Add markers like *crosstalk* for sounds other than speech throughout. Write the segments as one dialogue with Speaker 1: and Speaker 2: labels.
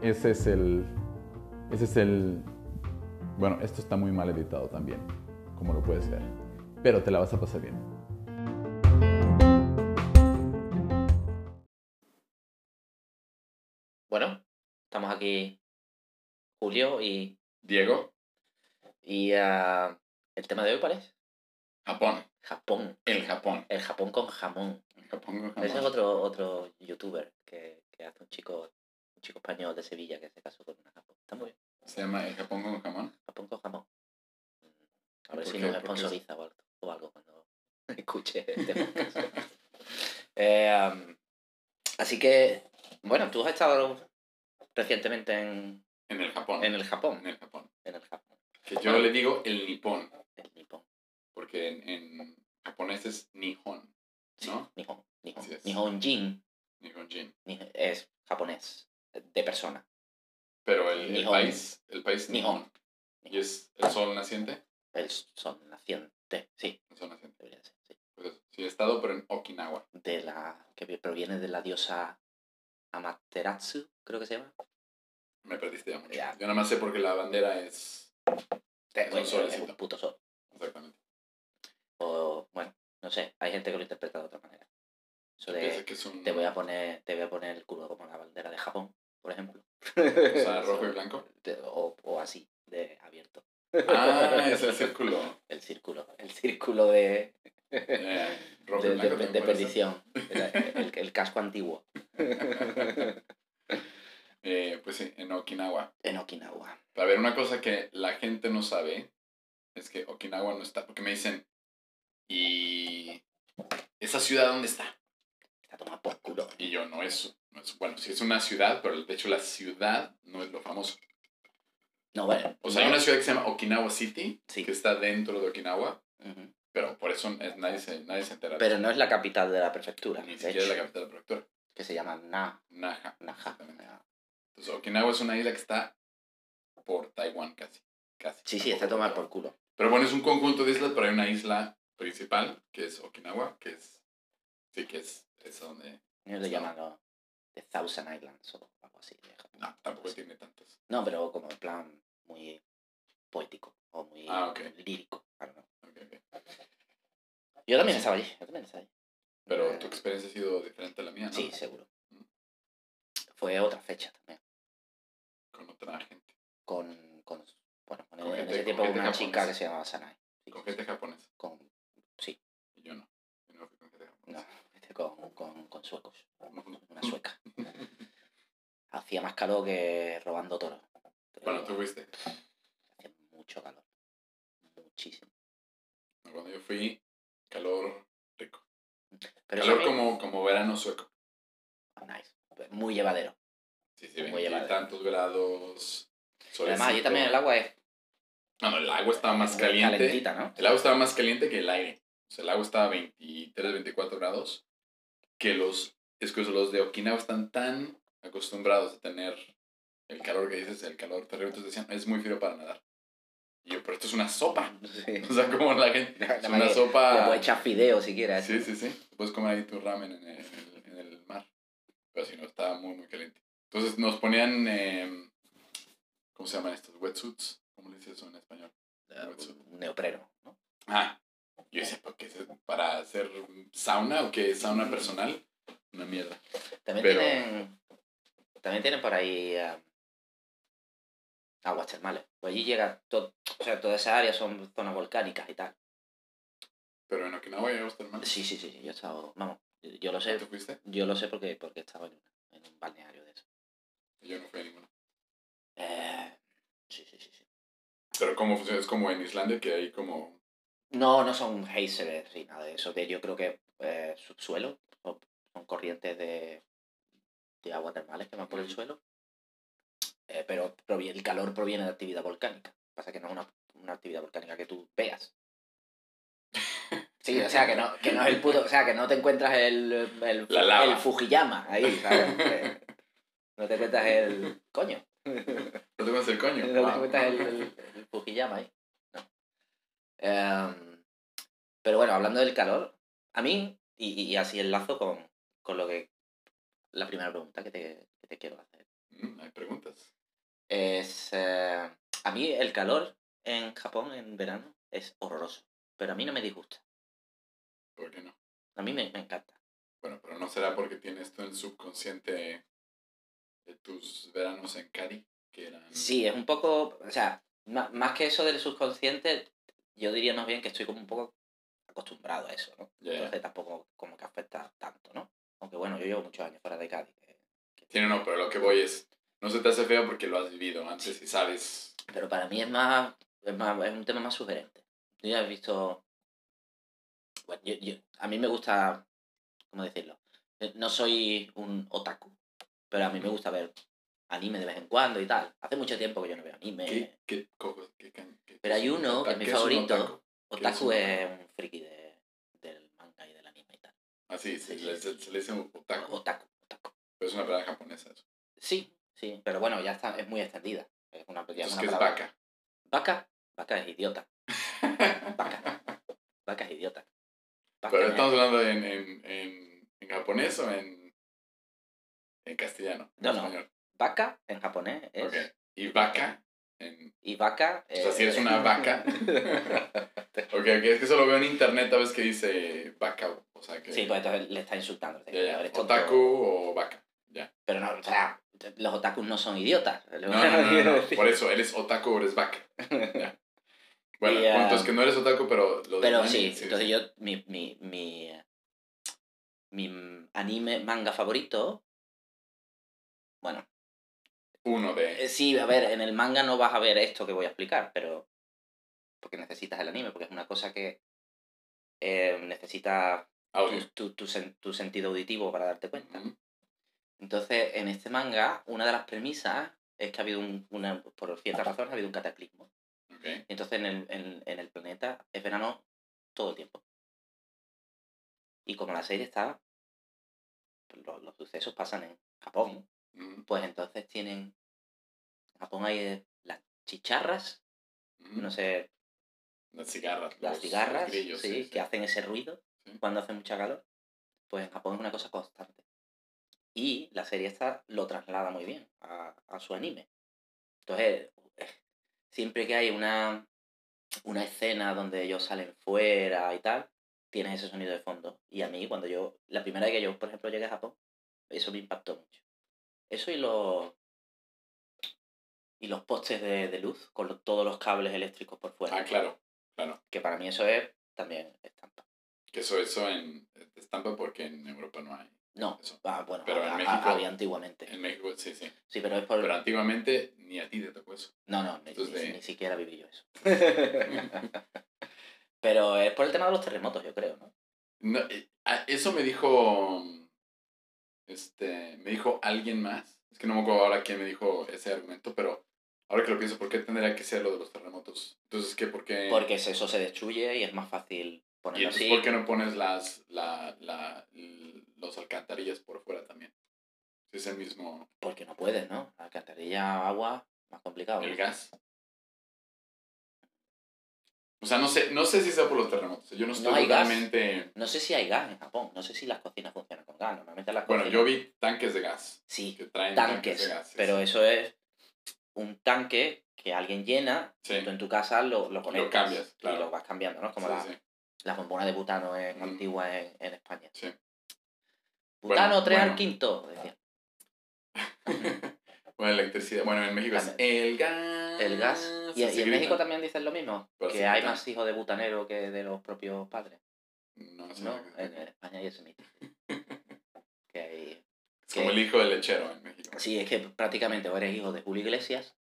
Speaker 1: Ese es el... Ese es el... Bueno, esto está muy mal editado también, como lo puedes ver, pero te la vas a pasar bien.
Speaker 2: Bueno, estamos aquí Julio y,
Speaker 3: Diego,
Speaker 2: y ah, el tema de hoy, ¿cuál es?
Speaker 3: Japón,
Speaker 2: Japón.
Speaker 3: el Japón.
Speaker 2: El Japón con jamón.
Speaker 3: El Japón con jamón.
Speaker 2: Ese es otro, otro youtuber que, que hace un chico, un chico español de Sevilla que se casó con una Japón. Está muy bien.
Speaker 3: Se llama el Japón con jamón.
Speaker 2: Japón con jamón. A ver
Speaker 3: ¿Por qué?
Speaker 2: si nos
Speaker 3: ¿Por qué?
Speaker 2: sponsoriza o algo, o
Speaker 3: *laughs*
Speaker 2: algo cuando escuche este podcast. Eh, am, así que, bueno, tú has estado recientemente en,
Speaker 3: En el Japón.
Speaker 2: en el
Speaker 3: En
Speaker 2: Japón.
Speaker 3: el Japón.
Speaker 2: En el Japón.
Speaker 3: Que yo le digo el nipón,
Speaker 2: El Nippon.
Speaker 3: porque en, en japonés es nihon,
Speaker 2: Sí,
Speaker 3: ¿no?
Speaker 2: Nihon. Nihon.
Speaker 3: Así es.
Speaker 2: Nihonjin.
Speaker 3: Nihonjin.
Speaker 2: Ni- es japonés, de persona.
Speaker 3: Pero el, el
Speaker 2: Nihon.
Speaker 3: país, el país
Speaker 2: Nihon.
Speaker 3: nihon. Y es el sol naciente.
Speaker 2: El son naciente, sí,
Speaker 3: El sol naciente.
Speaker 2: debería ser, sí.
Speaker 3: Pues eso. Sí, he estado, pero en Okinawa.
Speaker 2: De la, que vi- proviene de la diosa Amaterasu, creo que se llama.
Speaker 3: Me perdiste ya mucho.
Speaker 2: Ya.
Speaker 3: Yo nada más sé porque la bandera es...
Speaker 2: Eh,
Speaker 3: un
Speaker 2: bueno, es
Speaker 3: solecito.
Speaker 2: un puto sol.
Speaker 3: Exactamente.
Speaker 2: O, bueno, no sé, hay gente que lo interpreta de otra manera. Eso
Speaker 3: Piensa
Speaker 2: de,
Speaker 3: que es un...
Speaker 2: te voy a poner, te voy a poner el culo como la bandera de Japón, por ejemplo.
Speaker 3: *laughs* O sea, rojo y blanco.
Speaker 2: De- o, o así, de abierto.
Speaker 3: Ah, es el círculo.
Speaker 2: El círculo, el círculo de,
Speaker 3: Eh, rojo
Speaker 2: de,
Speaker 3: y blanco
Speaker 2: de-
Speaker 3: también
Speaker 2: de
Speaker 3: puede ser. *laughs*
Speaker 2: perdición. El- el- el casco antiguo.
Speaker 3: *laughs* Eh, pues sí, en Okinawa.
Speaker 2: En Okinawa.
Speaker 3: A ver, una cosa que la gente no sabe es que Okinawa no está, porque me dicen, ¿y esa ciudad dónde está?
Speaker 2: Está tomada por culo.
Speaker 3: Y yo, no es, no es- bueno, sí es una ciudad, pero de hecho la ciudad no es lo famoso.
Speaker 2: No, bueno.
Speaker 3: O sea, hay
Speaker 2: no.
Speaker 3: una ciudad que se llama Okinawa City,
Speaker 2: Sí.
Speaker 3: que está dentro de Okinawa,
Speaker 2: Ujú.
Speaker 3: pero por eso es- nadie se, nadie se entera. de
Speaker 2: Pero no es la capital de la prefectura.
Speaker 3: eso. ni
Speaker 2: de
Speaker 3: siquiera es la
Speaker 2: hecho,
Speaker 3: capital productora,
Speaker 2: Que se llama Na,
Speaker 3: Naha.
Speaker 2: Naha.
Speaker 3: Exactamente. Entonces, Okinawa es una isla que está por Taiwán casi. casi
Speaker 2: Sí, sí, está tomada por culo.
Speaker 3: Pero bueno, es un conjunto de islas, pero hay una isla principal, que es Okinawa, que es... Sí, que es, es donde...
Speaker 2: Ellos le
Speaker 3: Sí.
Speaker 2: llaman los The Thousand Islands o algo así. de Japón.
Speaker 3: No, tampoco tiene tantos.
Speaker 2: No, pero como en plan muy poético o muy
Speaker 3: Ah, ok.
Speaker 2: lírico. I don't know.
Speaker 3: Ok, ok.
Speaker 2: Yo también estaba allí. Yo también estaba allí.
Speaker 3: Pero Mm.
Speaker 2: Eh,
Speaker 3: tu experiencia ha sido diferente a la mía, ¿no?
Speaker 2: Sí, seguro. Fue otra fecha también.
Speaker 3: Con otra gente,
Speaker 2: Con, con bueno, con-
Speaker 3: Con
Speaker 2: en
Speaker 3: gente-
Speaker 2: ese
Speaker 3: con
Speaker 2: tiempo
Speaker 3: gente
Speaker 2: una chica
Speaker 3: japonesa.
Speaker 2: que se llamaba Sanai. Sí,
Speaker 3: con
Speaker 2: sí,
Speaker 3: gente japonesa.
Speaker 2: con- sí.
Speaker 3: Y yo no. Yo no fui con gente japonesa.
Speaker 2: No, este con, con, con suecos.
Speaker 3: Ujú.
Speaker 2: Una
Speaker 3: *laughs*
Speaker 2: sueca. Hacía más calor que robando toros. Te lo
Speaker 3: Bueno,
Speaker 2: digo,
Speaker 3: tú fuiste.
Speaker 2: Hacía mucho calor. Muchísimo.
Speaker 3: Cuando yo fui, calor rico. calor
Speaker 2: Pero eso a mí-
Speaker 3: como, como verano sueco.
Speaker 2: Ah, nice. Muy llevadero.
Speaker 3: Sí, sí, 20
Speaker 2: Muy
Speaker 3: y
Speaker 2: helado.
Speaker 3: tantos grados.
Speaker 2: Pero además, allí
Speaker 3: solecito.
Speaker 2: también el agua es
Speaker 3: No, no, el agua estaba más
Speaker 2: muy
Speaker 3: caliente.
Speaker 2: calentita,
Speaker 3: *laughs*
Speaker 2: ¿no?
Speaker 3: El agua estaba más caliente que el aire. O sea, el agua estaba a 23, 24 grados. Que los, es que los de Okinawa están tan acostumbrados a tener el calor que dices, el calor terrible. Entonces decían, es muy frío para nadar. Y yo, pero esto es una sopa. *laughs*
Speaker 2: *laughs* Sí.
Speaker 3: O sea, como la gente.
Speaker 2: Nada
Speaker 3: Es
Speaker 2: más
Speaker 3: una
Speaker 2: que Le
Speaker 3: sopa.
Speaker 2: puedes echar fideos si quieres.
Speaker 3: Sí, sí, sí. Puedes comer ahí tu ramen en el, en el mar. Pero si no, estaba muy, muy caliente. Entonces nos ponían. eh, ¿Cómo se llaman estos? Wetsuits. ¿Cómo le dices eso en español?
Speaker 2: Eh, Un neopreno, ¿no?
Speaker 3: Ah, yo decía, ¿para qué? es- ¿Para hacer sauna o qué? ¿Sauna personal? Una mierda.
Speaker 2: También
Speaker 3: Pero-
Speaker 2: tienen. También tienen por ahí eh, aguas termales. Pues allí llega todo, o sea, toda esa área son zonas volcánicas y tal.
Speaker 3: Pero en Okinawa ya vos hermano.
Speaker 2: Sí, sí, sí, sí, yo he estado. Vamos, yo lo sé.
Speaker 3: ¿Tú fuiste?
Speaker 2: Yo lo sé porque, porque estaba en, una- en un balneario de eso.
Speaker 3: Yo no fui a ninguno.
Speaker 2: Eh, sí, sí, sí, sí.
Speaker 3: Pero ¿cómo funciona? Es como en Islandia que hay como...
Speaker 2: No, no son geysers ni nada de eso. Que yo creo que eh, subsuelo o- son corrientes de, de agua termales que van por el
Speaker 3: Ujú.
Speaker 2: suelo. eh, pero provi- el calor proviene de actividad volcánica. Pasa que no es una, una actividad volcánica que tú veas. Sí, o sea, que no, que no es el puto, o sea, que no te encuentras el, el,
Speaker 3: La lava.
Speaker 2: el Fujiyama ahí, ¿sabes? Eh, No te encuentras el coño.
Speaker 3: No te comes el coño. Ah,
Speaker 2: No te
Speaker 3: Wow.
Speaker 2: cuentas el, el, el Fujiyama ahí. No. Em, pero bueno, hablando del calor, a mí, y, y- y así enlazo con, con lo que. La primera pregunta que te, que te quiero hacer
Speaker 3: Mm, Hay preguntas.
Speaker 2: es. eh, a mí el calor en Japón en verano es horroroso, pero a mí no me disgusta.
Speaker 3: ¿Por qué no?
Speaker 2: A mí me, me encanta.
Speaker 3: Bueno, pero no será porque tienes tú en el subconsciente de tus veranos en Cari, que eran.
Speaker 2: Sí, es un poco. O sea, ma- más que eso del subconsciente, yo diría más bien que estoy como un poco acostumbrado a eso, ¿no?
Speaker 3: Ya, ya.
Speaker 2: Entonces tampoco como que afecta tanto, ¿no? Aunque bueno, yo llevo muchos años fuera de Cádiz. eh,
Speaker 3: Sí, no, no, pero lo que voy es. No se te hace feo porque lo has vivido antes y sabes.
Speaker 2: Pero para mí es más, es más, es un tema más sugerente. Yo ya he visto. Bueno, yo, yo- a mí me gusta. ¿Cómo decirlo? Eh, No soy un otaku, pero a mí me gusta ver anime de vez en cuando y tal. Hace mucho tiempo que yo no veo anime.
Speaker 3: ¿Qué, qué cojo- qué can- qué-
Speaker 2: Pero hay
Speaker 3: qué es un
Speaker 2: uno
Speaker 3: otaku?
Speaker 2: que es mi
Speaker 3: ¿Qué un
Speaker 2: favorito.
Speaker 3: otaku? ¿Qué es
Speaker 2: otaku
Speaker 3: un
Speaker 2: es un friki de, del manga y del anime y tal.
Speaker 3: Ah, sí, se, le- se- se le dice otaku.
Speaker 2: Otaku, otaku.
Speaker 3: Pero es una palabra japonesa. Eso.
Speaker 2: Sí, sí. Pero bueno, ya está, es muy extendida. Es una, ya es
Speaker 3: Entonces,
Speaker 2: una
Speaker 3: ¿qué es
Speaker 2: palabra-
Speaker 3: vaca?
Speaker 2: Vaca, vaca es idiota. *laughs* Vaca es idiota. Vaca
Speaker 3: pero
Speaker 2: es-
Speaker 3: estamos hablando en, en, en, en japonés o en, en castellano. en
Speaker 2: No, no.
Speaker 3: español.
Speaker 2: Vaca en japonés es.
Speaker 3: Ok. Y vaca en.
Speaker 2: Y vaca. eh,
Speaker 3: O sea, si eres una vaca. Ok, ok, es que solo veo en internet a veces que dice vaca. O sea que.
Speaker 2: *laughs* sí, pues entonces le está insultando. le está
Speaker 3: ya, ya,
Speaker 2: diciendo, "Eres tonto".
Speaker 3: Otaku o
Speaker 2: *laughs*
Speaker 3: vaca.
Speaker 2: Pero no, o sea, los otakus no son idiotas.
Speaker 3: No, no, no, no, no, Por eso, eres otaku o eres
Speaker 2: *laughs*
Speaker 3: vaca. Ya. Bueno,
Speaker 2: Y, ah,
Speaker 3: el punto es que no eres otaku, pero lo de
Speaker 2: Pero
Speaker 3: anime,
Speaker 2: sí, entonces yo, mi, mi, mi, eh, mi anime, manga favorito. Bueno,
Speaker 3: Uno de.
Speaker 2: eh, sí, a ver, en el manga no vas a ver esto que voy a explicar, pero. Porque necesitas el anime, porque es una cosa que eh, necesitas
Speaker 3: Audio.
Speaker 2: tu, tu, tu, sen- tu sentido auditivo para darte cuenta.
Speaker 3: Ujú.
Speaker 2: Entonces, en este manga, una de las premisas es que ha habido un, una, por ciertas razones, ha habido un cataclismo.
Speaker 3: Ok.
Speaker 2: Y entonces en el, en, en el planeta es verano todo el tiempo. Y como la serie está, lo- los, sucesos pasan en Japón,
Speaker 3: Ujú,
Speaker 2: pues entonces tienen, en Japón hay eh, las chicharras,
Speaker 3: ujú.
Speaker 2: no sé,
Speaker 3: Las cigarras.
Speaker 2: las
Speaker 3: los-
Speaker 2: cigarras,
Speaker 3: los grillos,
Speaker 2: sí, que hacen ese ruido
Speaker 3: Sí.
Speaker 2: cuando hace mucha calor, pues en Japón es una cosa constante. Y la serie esta lo traslada muy bien a, a su anime. Entonces, eh, siempre que hay una, una escena donde ellos salen fuera y tal, tienes ese sonido de fondo. Y a mí, cuando yo, la primera vez que yo, por ejemplo, llegué a Japón, eso me impactó mucho. Eso y los... Y los postes de, de luz con lo- todos los cables eléctricos por fuera
Speaker 3: Ah, claro.
Speaker 2: que para mí eso es también estampa.
Speaker 3: Que eso, eso en estampa porque en Europa no hay.
Speaker 2: No,
Speaker 3: Eso.
Speaker 2: ah, bueno,
Speaker 3: Pero en
Speaker 2: ha- ha-
Speaker 3: México-
Speaker 2: había antiguamente.
Speaker 3: En México, sí, sí.
Speaker 2: Sí, pero es por...
Speaker 3: Pero antiguamente ni a ti te tocó eso.
Speaker 2: no, no, ni,
Speaker 3: entonces-
Speaker 2: ni- ni siquiera viví yo
Speaker 3: *laughs*
Speaker 2: eso. pero es por el tema de los terremotos, yo creo, ¿no?
Speaker 3: No, eh, ah, eso me dijo. Este. Me dijo alguien más. Es que no me acuerdo ahora quién me dijo ese argumento, pero ahora que lo pienso, ¿por qué tendría que ser lo de los terremotos? Entonces, ¿qué? ¿Por qué?
Speaker 2: Porque si eso se destruye y es más fácil
Speaker 3: Eh. y
Speaker 2: ponerlo
Speaker 3: entonces,
Speaker 2: así.
Speaker 3: ¿por qué no pones las. La, la, l- los alcantarillas por fuera también? Si es el mismo.
Speaker 2: Porque no puedes, ¿no? Alcantarilla, agua, más complicado.
Speaker 3: El
Speaker 2: ¿no?
Speaker 3: gas. O sea, no sé, no sé si sea por los terremotos. Yo no estoy
Speaker 2: hay gas.
Speaker 3: totalmente.
Speaker 2: No sé si hay gas en Japón, no sé si las cocinas funcionan con gas. Normalmente las
Speaker 3: Bueno,
Speaker 2: cocinas...
Speaker 3: yo vi tanques de gas.
Speaker 2: Sí,
Speaker 3: Que traen tanques,
Speaker 2: tanques,
Speaker 3: de gas. sí,
Speaker 2: pero
Speaker 3: sí.
Speaker 2: eso es un tanque que alguien llena
Speaker 3: Sí.
Speaker 2: tú en tu casa lo, lo conectas
Speaker 3: cambias, claro.
Speaker 2: y lo vas cambiando, ¿no? Es Como
Speaker 3: Sí,
Speaker 2: la,
Speaker 3: sí. *laughs*
Speaker 2: la bombona de butano en
Speaker 3: Mm.
Speaker 2: antigua en, en España.
Speaker 3: Sí.
Speaker 2: Butano
Speaker 3: Bueno,
Speaker 2: 3
Speaker 3: bueno.
Speaker 2: al quinto, decía.
Speaker 3: Bueno, electricidad. Bueno, en México es el gas.
Speaker 2: El gas.
Speaker 3: así
Speaker 2: y, y en
Speaker 3: gritan.
Speaker 2: México también dicen lo mismo,
Speaker 3: Pero Pues sí
Speaker 2: que hay
Speaker 3: gritan.
Speaker 2: más hijos de butanero que de los propios padres.
Speaker 3: No, eso
Speaker 2: No,
Speaker 3: no es-
Speaker 2: en, en España hay ese mito. que hay-
Speaker 3: es como el hijo del lechero en México.
Speaker 2: Sí, es que prácticamente o eres hijo de Julio Iglesias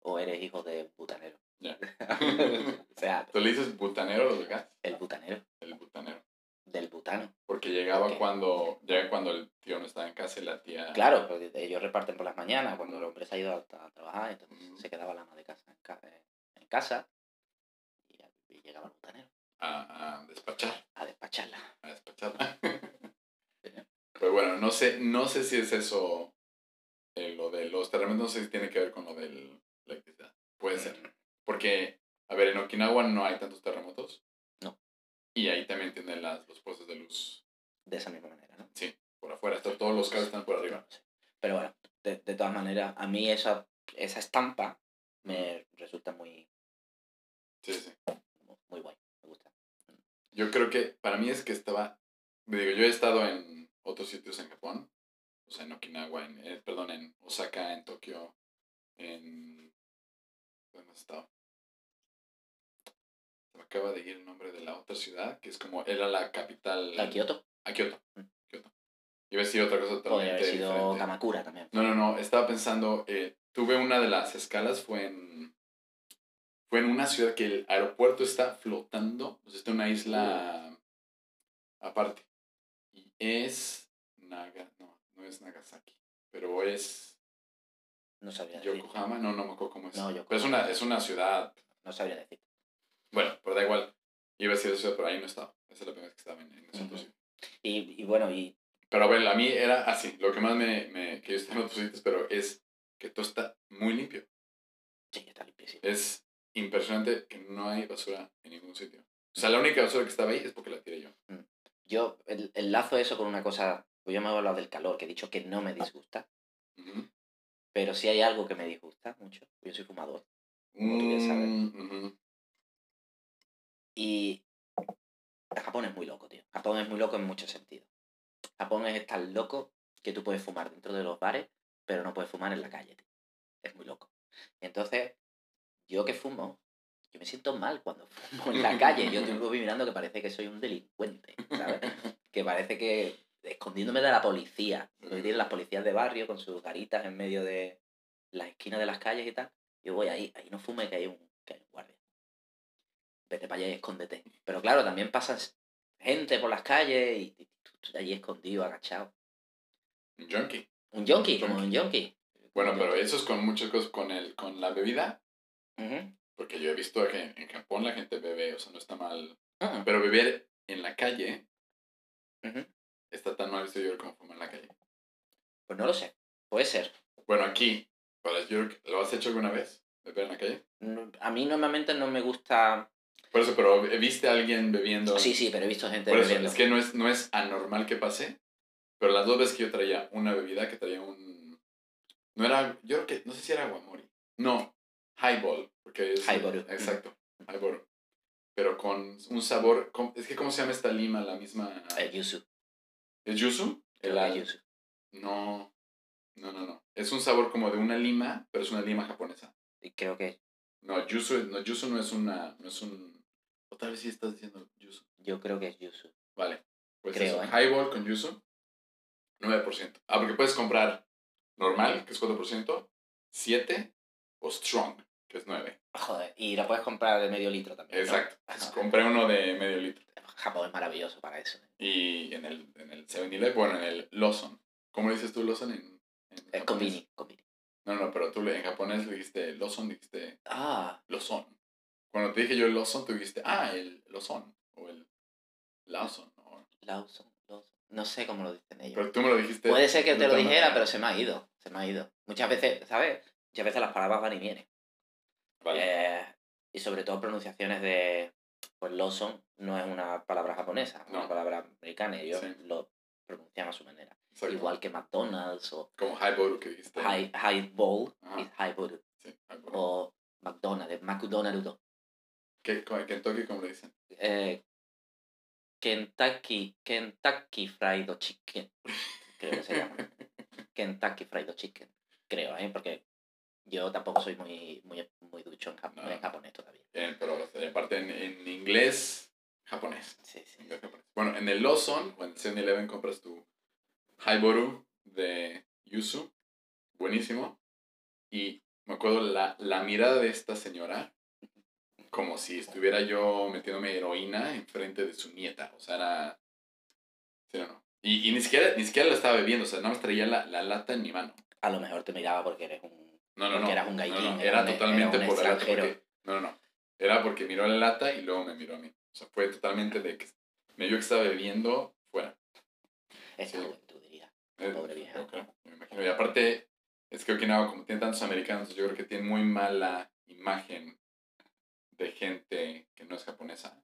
Speaker 2: o eres hijo de butanero.
Speaker 3: Ya.
Speaker 2: *laughs* o sea,
Speaker 3: ¿Tú le dices butanero o el gas?
Speaker 2: el butanero.
Speaker 3: El butanero.
Speaker 2: del butano.
Speaker 3: Porque llegaba
Speaker 2: Ok.
Speaker 3: cuando llega cuando el tío no estaba en casa y la tía...
Speaker 2: Claro, porque ellos reparten por las mañanas cuando el hombre se ha ido a, a trabajar, entonces
Speaker 3: Ujú.
Speaker 2: se quedaba la ama de casa en, ca- eh, en casa y, y llegaba el butanero
Speaker 3: A, a despachar,
Speaker 2: a despacharla.
Speaker 3: a *laughs* despacharla. Pero bueno, no sé, no sé si es eso, eh, lo de los terremotos, no sé si tiene que ver con lo de la electricidad.
Speaker 2: Mm.
Speaker 3: Puede ser. Porque, a ver, en Okinawa no hay tantos terremotos.
Speaker 2: No.
Speaker 3: Y ahí también tienen las, los puestos de luz
Speaker 2: De esa misma manera, ¿no?
Speaker 3: por afuera. Está- todos los cables están por arriba.
Speaker 2: Sí. Pero bueno, de, de todas maneras, a mí esa, esa estampa me resulta muy,
Speaker 3: Sí, sí.
Speaker 2: muy guay, me gusta.
Speaker 3: Yo creo que para mí es que estaba. Digo, yo he estado en otros sitios en Japón, o sea, en Okinawa, en, eh, perdón, en Osaka, en Tokio, en. ¿Dónde has estado? Se me acaba de ir el nombre de la otra ciudad, que es como. Era la capital.
Speaker 2: La Kioto
Speaker 3: A Kioto.
Speaker 2: Mm.
Speaker 3: Kioto. Iba a decir otra cosa
Speaker 2: podría
Speaker 3: totalmente
Speaker 2: haber sido
Speaker 3: diferente.
Speaker 2: Kamakura también.
Speaker 3: No, no, no. Estaba pensando, eh, tuve una de las escalas, fue en. Fue en una ciudad que el aeropuerto está flotando. O sea, está en
Speaker 2: Oh.
Speaker 3: una isla aparte. Y es. Naga, no, no es Nagasaki. Pero es
Speaker 2: No sabría decir.
Speaker 3: Yokohama. No, no me acuerdo cómo es.
Speaker 2: No, Yokohama.
Speaker 3: Pero es una, es una ciudad.
Speaker 2: No sabría decir.
Speaker 3: Bueno, pero da igual. Iba a decir esa ciudad, pero ahí no estaba. Esa es la primera vez que estaba en, en ese
Speaker 2: Ujú.
Speaker 3: otro sitio.
Speaker 2: Y, y bueno, y
Speaker 3: Pero a ver, a mí era así. Lo que más me. me que yo estaba en otros sitios, pero es que todo está muy limpio.
Speaker 2: sí, está limpísimo.
Speaker 3: Es impresionante que no hay basura en ningún sitio. O sea, la única basura que estaba ahí es porque la tiré yo.
Speaker 2: Yo el- enlazo eso con una cosa, pues yo me he hablado del calor, que he dicho que no
Speaker 3: Ah.
Speaker 2: me disgusta,
Speaker 3: Ujú.
Speaker 2: pero sí hay algo que me disgusta mucho, yo soy fumador, Como tú bien sabes.
Speaker 3: Mm, ujú.
Speaker 2: y Japón es muy loco, tío. Japón es muy loco en muchos sentidos. Japón es tan loco que tú puedes fumar dentro de los bares, pero no puedes fumar en la calle, tío. Es muy loco. Entonces, yo que fumo, yo me siento mal cuando *laughs* fumo en la calle. Yo tengo que mirando que parece que soy un delincuente, ¿sabes? Que parece que escondiéndome de la policía.
Speaker 3: Mm.
Speaker 2: Porque tienen las policías de barrio con sus garitas en medio de la esquina de las calles y tal. Yo voy ahí, ahí no fume que hay un, que hay un guardia. Vete para allá y escóndete. Pero claro, también pasas gente por las calles y, y tú, tú allí escondido, agachado.
Speaker 3: Un junkie.
Speaker 2: Un yonki, como Este, un yonki.
Speaker 3: Bueno, pero eso es con muchas cosas, con, el, con la bebida,
Speaker 2: Ujú.
Speaker 3: porque yo he visto que en Japón la gente bebe, o sea, no está mal.
Speaker 2: Ah,
Speaker 3: Pero beber en la calle
Speaker 2: ujú.
Speaker 3: está tan mal visto yo como fumar en la calle.
Speaker 2: Pues no lo sé. Puede ser.
Speaker 3: Bueno, aquí, para yo, ¿lo has hecho alguna vez? ¿Beber en la calle?
Speaker 2: No- Mm, A mí normalmente no me gusta.
Speaker 3: Por eso, pero ¿viste a alguien bebiendo?
Speaker 2: Sí, sí, pero he visto gente
Speaker 3: Por eso,
Speaker 2: bebiendo.
Speaker 3: es que no es, no es anormal que pase, pero las dos veces que yo traía una bebida que traía un... No era, yo creo que, no sé si era guamori. No, highball, porque es...
Speaker 2: Highball.
Speaker 3: Exacto, highball. Pero con un sabor, con- es que ¿cómo se llama esta lima? La misma...
Speaker 2: Eh, yuzu.
Speaker 3: ¿Es yuzu? El
Speaker 2: creo que
Speaker 3: al-
Speaker 2: es yuzu.
Speaker 3: No, no, no, no. Es un sabor como de una lima, pero es una lima japonesa.
Speaker 2: Y Creo que.
Speaker 3: No, yuzu no, yuzu no es una, no es un... O tal vez sí estás diciendo yuzu.
Speaker 2: Yo creo que es yuzu.
Speaker 3: Vale. Pues
Speaker 2: Creo,
Speaker 3: eso,
Speaker 2: ¿eh?
Speaker 3: highball con yuzu, 9%. Ah, porque puedes comprar normal, que es 4%, 7% o strong, que es 9%.
Speaker 2: Joder, y la puedes comprar de medio litro también. ¿no?
Speaker 3: Exacto.
Speaker 2: Ah,
Speaker 3: Entonces,
Speaker 2: no.
Speaker 3: compré uno de medio litro.
Speaker 2: Japón es maravilloso para eso.
Speaker 3: Y en el, en el 7-Eleven, bueno, en el Lawson. ¿Cómo le dices tú Lawson en, en
Speaker 2: Es
Speaker 3: japonés?
Speaker 2: combini, combini.
Speaker 3: No, no, pero tú le- en japonés le dijiste Lawson, dijiste
Speaker 2: Ah,
Speaker 3: Lawson. Cuando te dije yo Lawson, tú dijiste, ah, el Lawson, o el Lawson. o-
Speaker 2: Lawson, Lawson. No sé cómo lo dicen ellos.
Speaker 3: Pero tú me lo dijiste.
Speaker 2: Puede ser que
Speaker 3: de
Speaker 2: te lo
Speaker 3: otra
Speaker 2: dijera,
Speaker 3: manera.
Speaker 2: pero se me ha ido. Se me ha ido. Muchas veces, ¿sabes? Muchas veces las palabras van y vienen.
Speaker 3: Vale.
Speaker 2: Eh, y sobre todo pronunciaciones de. Pues Lawson no es una palabra japonesa, es una
Speaker 3: No.
Speaker 2: palabra americana. Ellos
Speaker 3: Sí.
Speaker 2: lo pronuncian a su manera.
Speaker 3: exacto.
Speaker 2: Igual que McDonald's o
Speaker 3: Como highball que dijiste.
Speaker 2: High, high Ball
Speaker 3: Ajá.
Speaker 2: es High Ball.
Speaker 3: Sí, highball.
Speaker 2: O McDonald's, McDonald's.
Speaker 3: ¿Qué, co- en Kentucky cómo le dicen?
Speaker 2: eh, Kentucky, Kentucky Fried Chicken, creo que se llama. Kentucky Fried Chicken, creo, ¿eh? Porque yo tampoco soy muy, muy, muy ducho en, jap-
Speaker 3: No.
Speaker 2: en japonés todavía.
Speaker 3: Eh, pero o sea, aparte en, en inglés, japonés.
Speaker 2: Sí, sí.
Speaker 3: Inglés, japonés. Bueno, en el Lawson o en el 7-Eleven compras tu highball de Yuzu. Buenísimo. Y me acuerdo la, la mirada de esta señora, como si estuviera yo metiéndome heroína enfrente de su nieta. O sea, era Sí, no, no. Y, y ni, siquiera, ni siquiera lo estaba bebiendo, o sea, nada más traía la, la lata en mi mano.
Speaker 2: A lo mejor te miraba porque eres un.
Speaker 3: No, no,
Speaker 2: Porque
Speaker 3: no.
Speaker 2: eras un gallín,
Speaker 3: no, no,
Speaker 2: era
Speaker 3: Era
Speaker 2: un-
Speaker 3: totalmente
Speaker 2: era un
Speaker 3: por la lata.
Speaker 2: extranjero.
Speaker 3: Porque, no, no, no. Era porque miró la lata y luego me miró a mí. O sea, fue totalmente de que me vio que estaba bebiendo fuera.
Speaker 2: Esa
Speaker 3: Sí.
Speaker 2: juventud, diría.
Speaker 3: Eh,
Speaker 2: Pobre vieja.
Speaker 3: yo creo, me imagino. Y aparte, es que Okinawa, como tiene tantos americanos, yo creo que tiene muy mala imagen de gente que no es japonesa.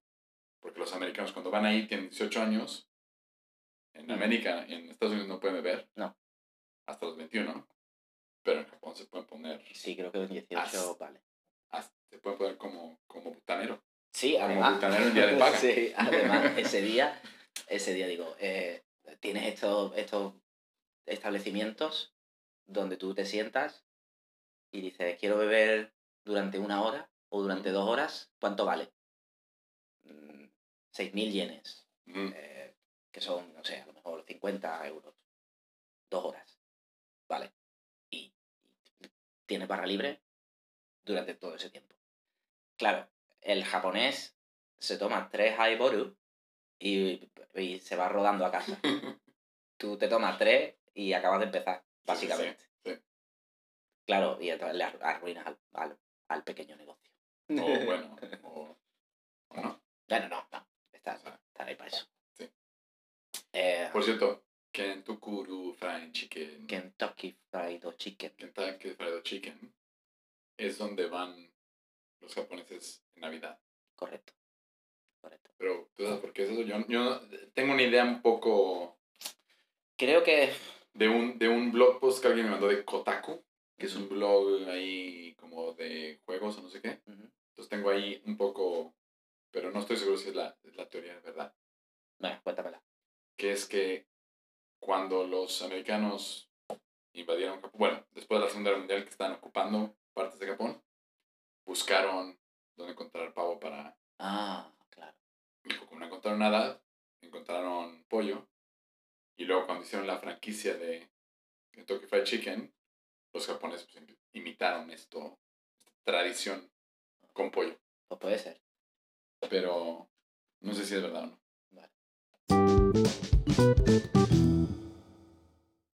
Speaker 3: Porque los americanos cuando van ahí tienen 18 años. En América, en Estados Unidos no pueden beber.
Speaker 2: Mm. No.
Speaker 3: Hasta los 21. Pero en Japón se pueden poner
Speaker 2: Sí, creo que en 18,
Speaker 3: As-
Speaker 2: vale.
Speaker 3: hasta- Ah, se puede poner como, como butanero.
Speaker 2: Sí,
Speaker 3: Como
Speaker 2: además.
Speaker 3: butanero en día de paga.
Speaker 2: *laughs* Sí, además, ese día, ese día digo, eh, tienes estos, estos establecimientos donde tú te sientas y dices, quiero beber durante una hora o durante dos horas, ¿cuánto vale? Mm, 6.000 yenes,
Speaker 3: Mm.
Speaker 2: eh, que son, no sé, a lo mejor 50 euros, dos horas, ¿vale? Y tienes barra libre durante todo ese tiempo. Claro, el japonés se toma tres Haiboru y, y se va rodando a casa. Tú te tomas tres y acabas de empezar, básicamente.
Speaker 3: sí, sí.
Speaker 2: Claro, y entonces le arru- arruinas al, al, al
Speaker 3: *laughs*
Speaker 2: pequeño negocio.
Speaker 3: *laughs* O Oh, bueno,
Speaker 2: *laughs*
Speaker 3: o, o no.
Speaker 2: Bueno, no, no, está,
Speaker 3: O sea,
Speaker 2: está ahí para eso.
Speaker 3: Sí. Pues
Speaker 2: Eh,
Speaker 3: Por cierto, Kentukuru Fried Chicken,
Speaker 2: Kentucky Fried o Chicken.
Speaker 3: Kentucky Fried Chicken, es donde van los japoneses en Navidad.
Speaker 2: Correcto. Correcto.
Speaker 3: Pero, ¿tú sabes por qué es eso? Yo, yo tengo una idea un poco
Speaker 2: Creo que
Speaker 3: de un, de un blog post que alguien me mandó de Kotaku, que es un blog ahí como de juegos o no sé qué.
Speaker 2: Ujú.
Speaker 3: Entonces tengo ahí un poco, pero no estoy seguro si es la, es la teoría de verdad.
Speaker 2: Bueno, cuéntamela.
Speaker 3: que es que cuando los americanos invadieron Japón, bueno, después de la Segunda Guerra Mundial que estaban ocupando partes de Japón, buscaron dónde encontrar pavo para...
Speaker 2: Ah, claro.
Speaker 3: y Como no encontraron nada, encontraron pollo. Y luego cuando hicieron la franquicia de Kentucky Fried Chicken, los japoneses pues, im- imitaron esto, esta tradición con pollo.
Speaker 2: Pues puede ser.
Speaker 3: Pero no sé si es verdad o no.